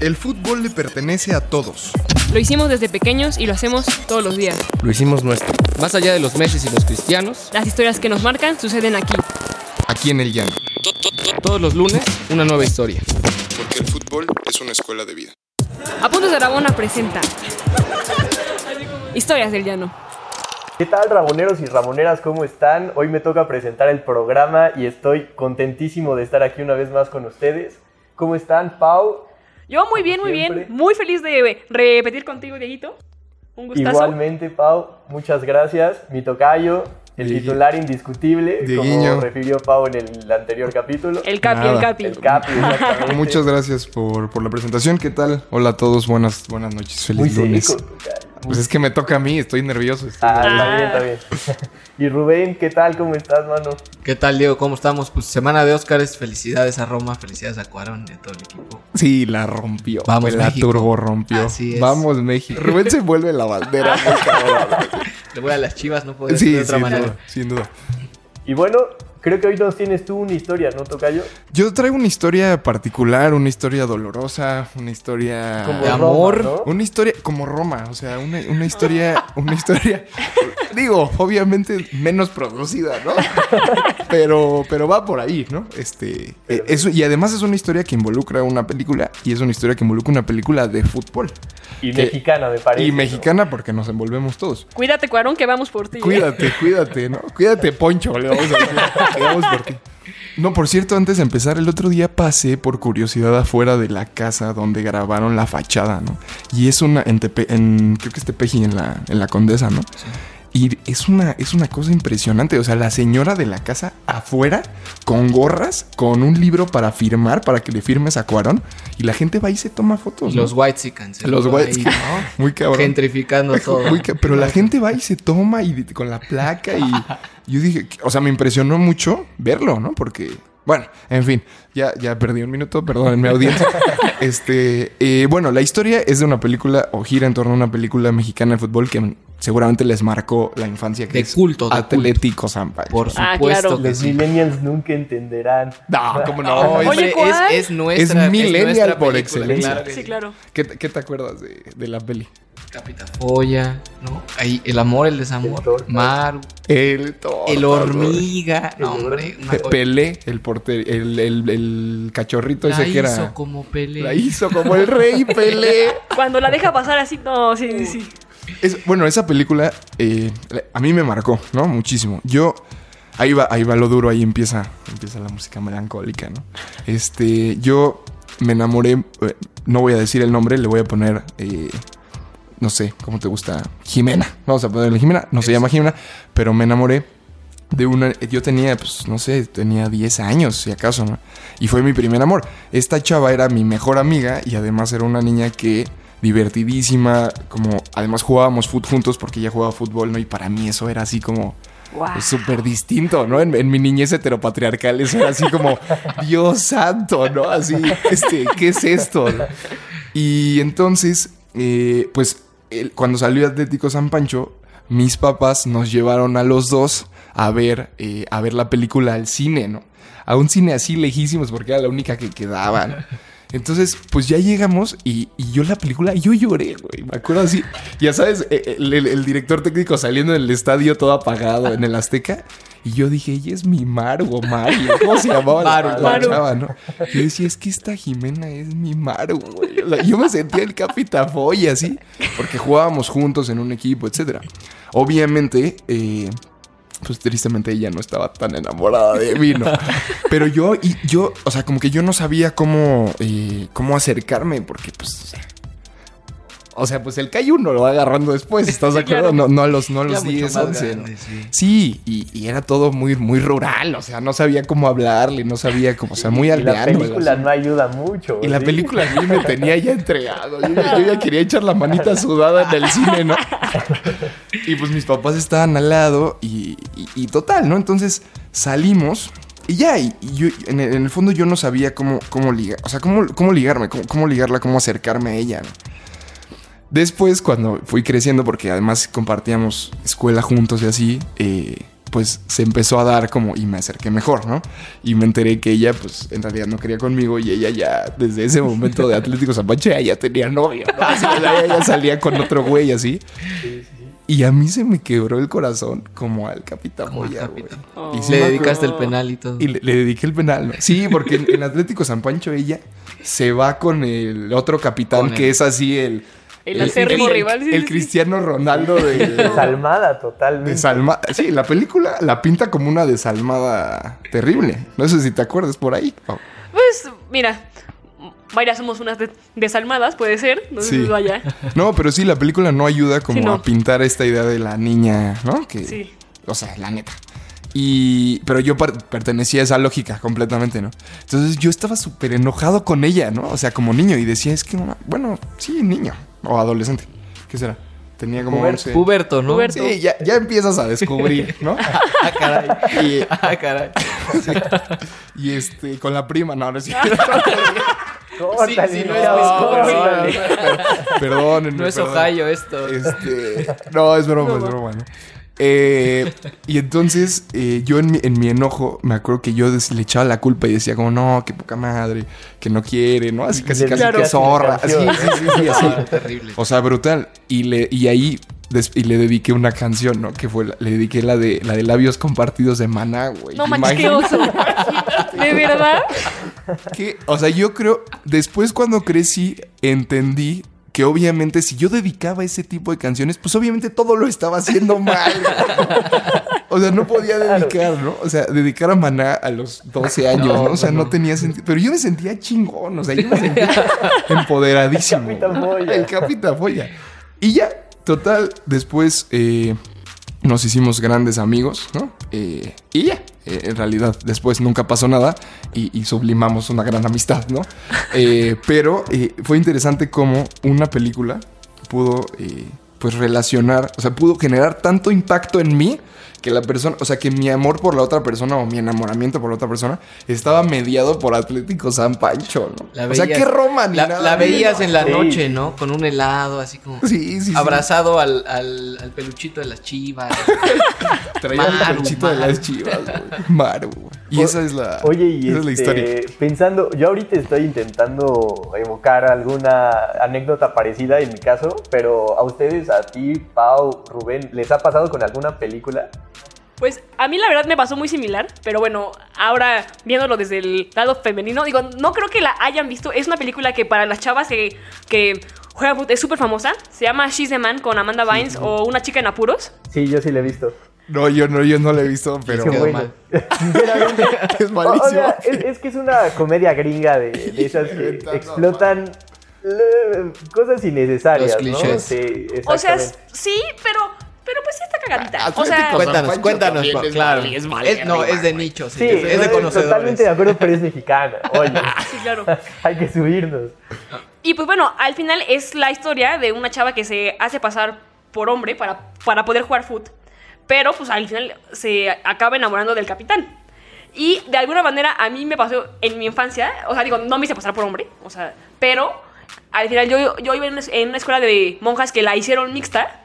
El fútbol le pertenece a todos. Lo hicimos desde pequeños y lo hacemos todos los días. Lo hicimos nuestro. Más allá de los meses y los cristianos, Las historias que nos marcan suceden aquí. Aquí en el llano. todos los lunes, una nueva historia. Porque el fútbol es una escuela de vida. Apuntes de Aragona presenta Historias del Llano. ¿Qué tal raboneros y raboneras? ¿Cómo están? Hoy me toca presentar el programa y estoy contentísimo de estar aquí una vez más con ustedes. ¿Cómo están, Pau? Yo muy bien, muy Siempre. bien. Muy feliz de repetir contigo, Dieguito. Un gustazo. Igualmente, Pau, muchas gracias. Mi tocayo, el Diegui- titular indiscutible, Dieguiño. como refirió Pau en el anterior capítulo. El Capi, Nada. el Capi. El Capi, exactamente. Muchas gracias por, por la presentación. ¿Qué tal? Hola a todos. Buenas, buenas noches. Feliz Muy lunes. seco, tocayo. Pues es que me toca a mí. Estoy nervioso. estoy- Ah, está bien, está bien. y Rubén, ¿qué tal? ¿Cómo estás, mano? ¿Qué tal, Diego? ¿Cómo estamos? Pues semana de Óscares, felicidades a Roma, felicidades a Cuarón y a todo el equipo. Sí, la rompió. Vamos, Pues la México. turbo rompió. Así es. Vamos, México. Rubén se vuelve la bandera. muy cabrón. Le voy a las chivas, no puedo decir sí, de otra sin manera. duda, sin duda. Y bueno, creo que hoy nos tienes tú una historia, ¿no, tocayo? Yo traigo una historia particular, una historia dolorosa, una historia... Como De Roma, amor. ¿no? Una historia como Roma, o sea, una, una historia, una historia, digo, obviamente menos producida, ¿no? Pero, pero va por ahí, ¿no? Este, eh, eso, y además es una historia que involucra una película y es una historia que involucra una película de fútbol Y que- mexicana, me parece. y ¿no? mexicana porque nos envolvemos todos. Cuídate, Cuarón, que vamos por ti. ¿eh? Cuídate, cuídate, ¿no? Cuídate, Poncho, le vamos a decir. Le vamos por ti. No, por cierto, antes de empezar, el otro día pasé por curiosidad afuera de la casa donde grabaron la fachada, ¿no? Y es una, en, Tepe- en- creo que es Tepeji, en la, en la Condesa, ¿no? Y es una, es una cosa impresionante. O sea, la señora de la casa afuera, con gorras, con un libro para firmar, para que le firmes a Cuarón. Y la gente va y se toma fotos. Y Los ¿no? White Seekers. Los White Seekers. Muy cabrón. Gentrificando todo. Muy ca- pero la gente va y se toma y con la placa y yo dije, que- o sea, me impresionó mucho verlo, ¿no? Porque, bueno, en fin, ya, ya perdí un minuto, perdónenme audiencia. Este, eh, bueno, la historia es de una película o gira en torno a una película mexicana de fútbol que seguramente les marcó la infancia que De es culto, de Atlético Zampa. Por Ah, supuesto claro. que Los sí. millennials nunca entenderán. No, ¿cómo no? Hombre, Es- Oye, es, ¿cuál? es nuestra. Es millennial nuestra por película, excelencia. Claro que Sí, claro. ¿qué, te- qué te acuerdas de, de la peli? Capitafolla, ¿no? Ahí, el amor, el El desamor. torta. Maru, El, todo, el todo, hormiga. No, hombre. una Pe- joya. Pelé, el portero, el, el- el cachorrito La ese que era. hizo como Pelé. La hizo como el rey Pelé. Cuando la deja pasar así, no, sí, sí. Es- bueno, esa película eh, a mí me marcó, ¿no? Muchísimo. Yo. Ahí va, ahí va lo duro, ahí empieza, empieza la música melancólica, ¿no? Este, yo me enamoré, eh, no voy a decir el nombre, le voy a poner, eh, no sé, ¿cómo te gusta? Jimena. Vamos a ponerle Jimena, no se llama Jimena, pero me enamoré de una... Yo tenía, pues, no sé, tenía 10 años, si acaso, ¿no? Y fue mi primer amor. Esta chava era mi mejor amiga y además era una niña que divertidísima, como además jugábamos fut juntos porque ella jugaba fútbol, ¿no? Y para mí eso era así como Guau. es súper distinto, ¿no? En, en mi niñez heteropatriarcal eso era así como, Dios santo, ¿no? Así, este, ¿qué es esto? no? Y entonces, eh, pues, el- cuando salió Atlético San Pancho, mis papás nos llevaron a los dos a ver, eh, a ver la película al cine, ¿no? A un cine así lejísimos porque era la única que quedaba, ¿no? Entonces, pues ya llegamos y, y yo la película, yo lloré, güey. Me acuerdo así. Ya sabes, eh, el, el- el director técnico saliendo del estadio todo apagado en el Azteca. Y yo dije, ella es mi Maru, Mario. ¿Cómo se llamaba? la- Maru. la Maru. chava, ¿no? Yo decía, es que esta Jimena es mi Maru, güey. O sea, yo me sentía el capitafolla, así. Porque jugábamos juntos en un equipo, etcétera. Obviamente, eh, pues tristemente ella no estaba tan enamorada de mí, ¿no? Pero yo, y yo, o sea, como que yo no sabía cómo, eh, cómo acercarme, porque pues. O sea, pues el Cayu uno lo va agarrando después, ¿estás de acuerdo? No, no a los, no a Ya los mucho 10, más 11. ¿no? grande, sí. Sí, y, y era todo muy, muy rural, o sea, no sabía cómo hablarle, no sabía cómo, o sea, muy y la aldeano. el película asunto. no ayuda mucho. Y la ¿sí? película a mí me tenía ya entregado. Yo, ya- yo ya quería echar la manita sudada en el cine, ¿no? Y pues mis papás estaban al lado y, y- y total, ¿no? Entonces salimos y ya, y, y yo en el, en el fondo yo no sabía cómo, cómo ligar, o sea, cómo, cómo ligarme, cómo, cómo ligarla, cómo acercarme a ella, ¿no? Después, cuando fui creciendo, porque además compartíamos escuela juntos y así, eh, pues se empezó a dar como y me acerqué mejor, ¿no? Y me enteré que ella pues en realidad no quería conmigo y ella ya desde ese momento de Atlético Zapache ya tenía novio, ¿no? O sea, ella ya salía con otro güey así. Y a mí se me quebró el corazón como al Capitán Como al Oh. Boya, güey. Capitán. Y sí Le me acuerdo- dedicaste el penal y todo. y le, le dediqué el penal. ¿no? Sí, porque en, en Atlético San Pancho ella se va con el otro capitán Con que el- es así el... El acérrimo rival, sí, el sí, sí. Cristiano Ronaldo de... Desalmada totalmente. Desalmada. Sí, la película la pinta como una desalmada terrible. No sé si te acuerdas por ahí. Pau. Pues, mira. Vaya, somos unas de- desalmadas, puede ser. No sé Sí. si vaya. No, pero sí, la película no ayuda como Sí, no. a pintar esta idea de la niña, ¿no? Que, Sí. O sea, la neta. Y, pero yo par- pertenecía a esa lógica completamente, ¿no? Entonces yo estaba súper enojado con ella, ¿no? O sea, como niño. Y decía, es que, no ma- bueno, sí, niño. O adolescente. ¿Qué será? Tenía como Puber- 11. Puberto, ¿no? Puberto. Sí, ya, ya empiezas a descubrir, ¿no? Ah, caray. Y, Ah, caray. y, este, con la prima, no, no es cierto. Córtale, Sí, sí, no no, es córtale. Perdónenme, No es perdón. Ohio esto. Este, no, es broma, es broma, ¿no? Eh, y entonces eh, yo en mi, en mi enojo me acuerdo que yo des- le echaba la culpa y decía como no, qué poca madre, que no quiere, ¿no? Así casi Le casi dedicaste que una zorra. Sí, canción, sí, sí, sí, así. Ah, terrible. O sea, brutal. Y le, y ahí des- y le dediqué una canción, ¿no? Que fue la- le dediqué la de la de labios compartidos de maná, güey. No manches, qué Imagínate oso. De verdad. que- o sea, yo creo, después cuando crecí, entendí que obviamente si yo dedicaba ese tipo de canciones, pues obviamente todo lo estaba haciendo mal. o sea, no podía dedicar, ¿no? O sea, dedicar a Maná a los 12 años, ¿no? O sea, no, tenía sentido. Pero yo me sentía chingón, o sea, yo me sentía empoderadísimo. El Capitán Boya. El Capitán Boya. Y ya, total, después... eh, nos hicimos grandes amigos, ¿no? Eh, y ya, eh, en realidad después nunca pasó nada y, y sublimamos una gran amistad, ¿no? Eh, pero eh, fue interesante cómo una película pudo, eh, pues, relacionar, o sea, pudo generar tanto impacto en mí que la persona, o sea, que mi amor por la otra persona o mi enamoramiento por la otra persona estaba mediado por Atlético San Pancho, ¿no? La o sea, veías- qué Roma ni La, nada. la veías en la Sí. noche, ¿no? Con un helado, así como Sí, sí, sí. abrazado al, al, al peluchito de las chivas. Traía el Maru, peluchito de Maru. las chivas, güey. Maru, güey. Y esa es la, Oye, y esa es la este, historia. pensando, yo ahorita estoy intentando evocar alguna anécdota parecida en mi caso, pero a ustedes, a ti, Pau, Rubén, ¿les ha pasado con alguna película? Pues a mí la verdad me pasó muy similar, pero bueno, ahora viéndolo desde el lado femenino, digo, no creo que la hayan visto. Es una película que para las chavas que, que juegan fut- es súper famosa. Se llama She's the Man con Amanda Bynes o Una chica en apuros. Sí, yo sí la he visto. No, yo no, yo no la he visto, pero Qué quedó bueno. mal. Sinceramente, es o- o malísimo. sea, es, es que es una comedia gringa de, de esas que Inventando, explotan le- cosas innecesarias, Los ¿no? clichés. Sí, O sea, exactamente. s- sí, pero, pero pues sí está Ah, cagadita. O Atlético sea, Cuéntanos, Pancho cuéntanos. también pa- es claro. vale, es Es- no, es de nicho, sí. Sí, es, es no, de conocedores. totalmente de acuerdo, pero es mexicana. Oye, sí, claro. hay que subirnos. Y pues bueno, al final es la historia de una chava que se hace pasar por hombre para, para poder jugar foot. Pero pues al final se acaba enamorando del capitán. Y de alguna manera a mí me pasó en mi infancia, o sea, digo, no me hice pasar por hombre, o sea, pero al final yo, yo iba en una- en una escuela de monjas que la hicieron mixta.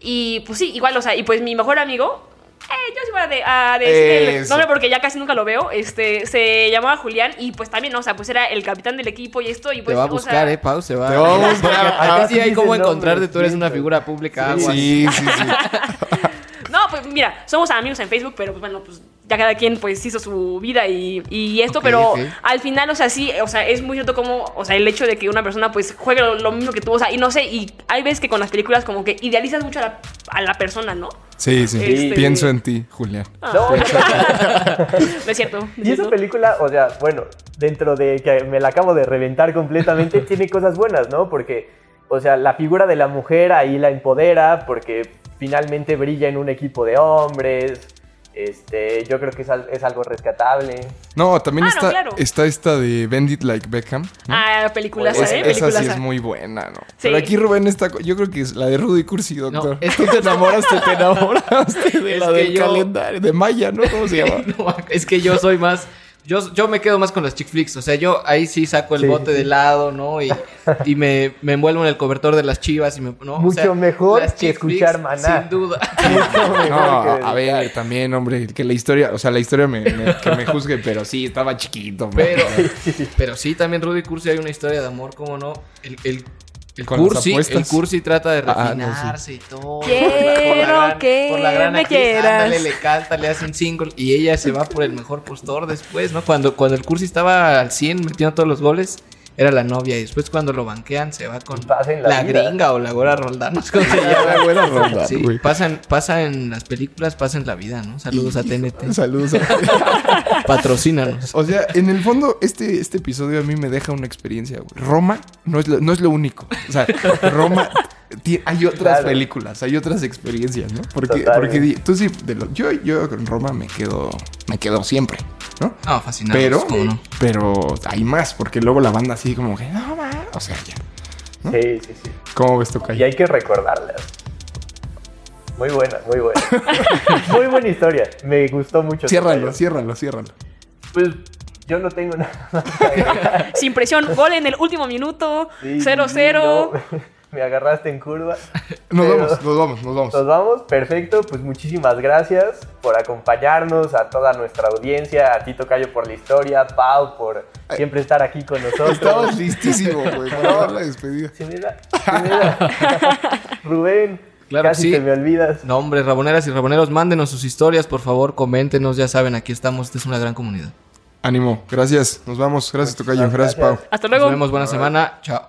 Y pues sí, igual, o sea, y pues mi mejor amigo, eh, yo sí voy a, de, a decir el Eso. nombre porque ya casi nunca lo veo, este, se llamaba Julián y pues también, o sea, pues era el capitán del equipo y esto, y Te pues... va a o sea, buscar, ¿eh, Pau? Se va, Te va a buscar. Porque a Ah, ti sí hay sí, cómo dice encontrarte. Tú eres nombres, una sí. figura pública. aguas. Sí, sí, sí. No, pues mira, somos amigos en Facebook, pero pues bueno, pues ya cada quien pues hizo su vida y, y esto, Ok, pero ok. al final, o sea, sí, o sea, es muy cierto como, o sea, el hecho de que una persona pues juegue lo, lo mismo que tú, o sea, y no sé, y hay veces que con las películas como que idealizas mucho a la, a la persona, ¿no? Sí, sí. Este- Pienso en ti, Julián. No, No es cierto. no es y esa cierto. película, o sea, bueno, dentro de que me la acabo de reventar completamente, tiene cosas buenas, ¿no? Porque, o sea, la figura de la mujer ahí la empodera porque finalmente brilla en un equipo de hombres. Este, yo creo que es, al- es algo rescatable. No, también Ah, no, está, claro. está esta de Bend It Like Beckham. ¿no? Ah, películas, Es- ¿eh? Pues, esa Películas. sí es muy buena, ¿no? Sí. Pero aquí Rubén está. co- Yo creo que es la de Rudy Cursi, doctor. es tú te enamoraste, te enamoraste de Es la que del yo- calendario. De Maya, ¿no? ¿Cómo se llama? No, es que yo soy más Yo, yo me quedo más con las chick flicks, o sea, yo ahí sí saco el Sí, bote sí, de sí. lado, ¿no? Y, y me, me envuelvo en el cobertor de las chivas y me... ¿no? O sea, Mucho mejor las que chick flicks, escuchar Maná. Sin duda. No, a ver, también, hombre, que la historia, o sea, la historia me, me- que me juzgue, pero sí, estaba chiquito, man. Pero, Sí, sí. pero sí, también Rudy Cursi hay una historia de amor, ¿cómo no? El, el, el, Con las cursi, apuestas. el Cursi trata de Ah, no, sí. refinarse y todo. Quiero que me actriz, quieras. ándale, le canta, le hace un single y ella se va por el mejor postor después, ¿no? Cuando, cuando el Cursi estaba al 100 metiendo todos los goles, era la novia y después cuando lo banquean se va con Pasa en la, la vida. gringa o la gora Roldán, no sé cómo se Ya, llama. la buena ronda, Sí, güey. pasan, pasa en las películas, pasa en la vida, ¿no? Saludos a TNT. Saludos. a- Patrocínanos. O sea, en el fondo, este, este episodio a mí me deja una experiencia, güey. Roma no es lo, no es lo único. O sea, Roma. ti- Hay otras Claro. películas, hay otras experiencias, ¿no? Porque, Totalmente. porque di- tú sí, de lo- yo, yo con Roma me quedo, me quedo siempre, ¿no? No, fascinados. pero, ¿cómo no? pero hay más, porque luego la banda así como que, no, ma", o sea, ya. Sí, sí, sí. ¿Cómo ves tú, Y hay que recordarlas. Muy buena, muy buena. muy buena historia. Me gustó mucho. Ciérralo, Tocayo. ciérralo, ciérralo. Pues yo no tengo nada más. Sin presión, gol en el último minuto, Sí, 0-0. no. Me agarraste en curva. Nos Pero- vamos, nos vamos, nos vamos. Nos vamos, perfecto. Pues muchísimas gracias por acompañarnos, a toda nuestra audiencia, a Tito Cayo por la historia, Pau por siempre estar aquí con Estabas nosotros. listísimo, güey, para dar la despedida. Se me da, se me da. Rubén, Claro casi que sí. te me olvidas. No, hombre, raboneras y raboneros, mándenos sus historias, por favor, coméntenos, ya saben, aquí estamos, esta es una gran comunidad. Ánimo, gracias, nos vamos. Gracias, Tocayo. Gracias, Pau. gracias. Hasta Nos luego. vemos, buena semana, chao.